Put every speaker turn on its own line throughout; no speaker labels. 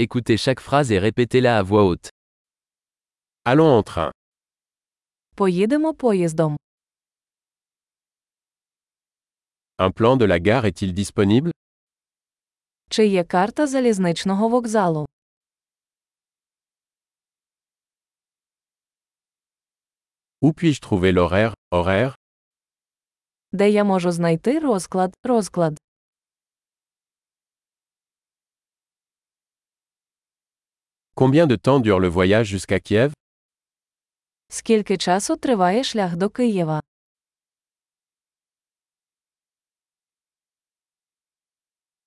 Écoutez chaque phrase et répétez-la à voix haute.
Allons en train.
Поїдемо поїздом.
Un plan de la gare est-il disponible
Чи є карта залізничного вокзалу?
Où puis-je trouver l'horaire Horaire
Де я можу знайти розклад, розклад?
Combien de temps dure le voyage jusqu'à Kiev
Скільки часу триває шлях до Києва?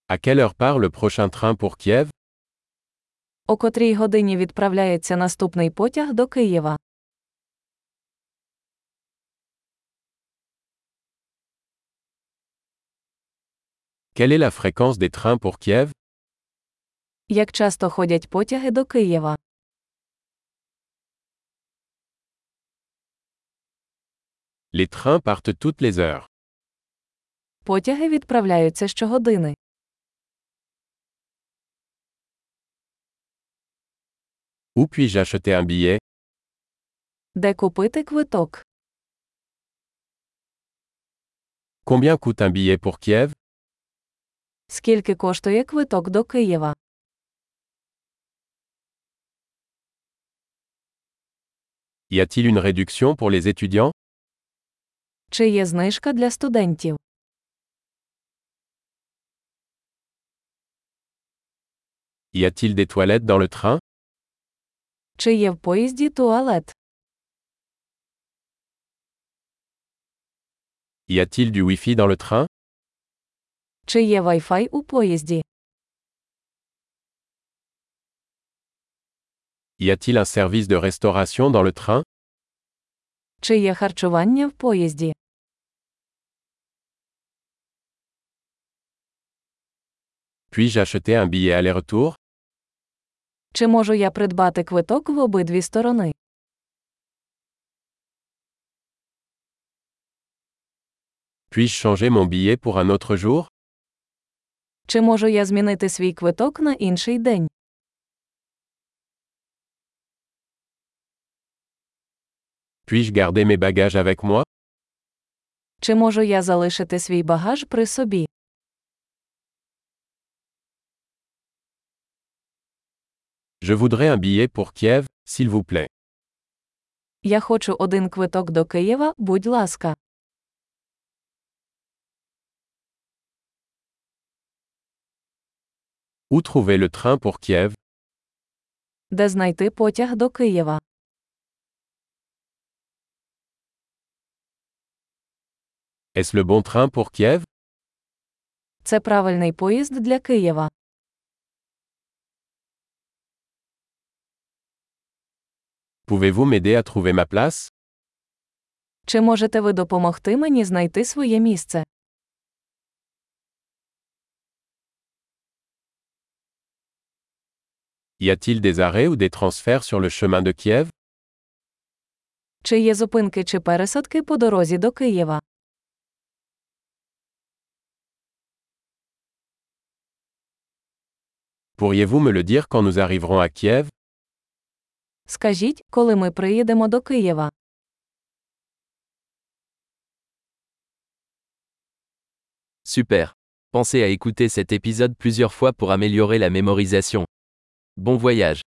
À quelle heure part le prochain train pour Kiev
О котрій годині відправляється наступний потяг до Києва?
Quelle est la fréquence des trains pour Kiev
Як часто ходять потяги до Києва?
Les trains partent toutes les heures.
Потяги відправляються щогодини.
Où puis-je acheter un billet
Де купити квиток?
Combien coûte un billet pour Kiev
Скільки коштує квиток до Києва?
Y a-t-il une réduction pour les étudiants
Чи є знижка для студентів?
Y a-t-il des toilettes dans le train
Чи є в поїзді туалет?
Y a-t-il du Wi-Fi dans le train
Чи є Wi-Fi у поїзді?
Y a-t-il un service de restauration dans le train
Чи є харчування в поїзді?
Puis-je acheter un billet aller-retour
Чи можу я придбати квиток в обидві сторони?
Puis-je changer mon billet pour un autre jour
Чи можу я змінити свій квиток на інший день?
Puis-je garder mes bagages avec moi
Чи можу я залишити свій багаж при собі?
Je voudrais un billet pour Kiev, s'il vous plaît.
Я хочу один квиток до Києва, будь ласка.
Où trouver le train pour Kiev
Де знайти потяг до Києва?
Est-ce le bon train pour Kiev
Це правильний поїзд для Києва.
Pouvez-vous m'aider à trouver ma place
Чи можете ви допомогти мені знайти своє місце?
Y a-t-il des arrêts ou des transferts sur le chemin de Kiev
Чи є зупинки чи пересадки по дорозі до Києва?
Pourriez-vous me le dire quand nous arriverons à Kiev
Скажіть, коли ми приїдемо до Києва?
Super. Pensez à écouter cet épisode plusieurs fois pour améliorer la mémorisation. Bon voyage.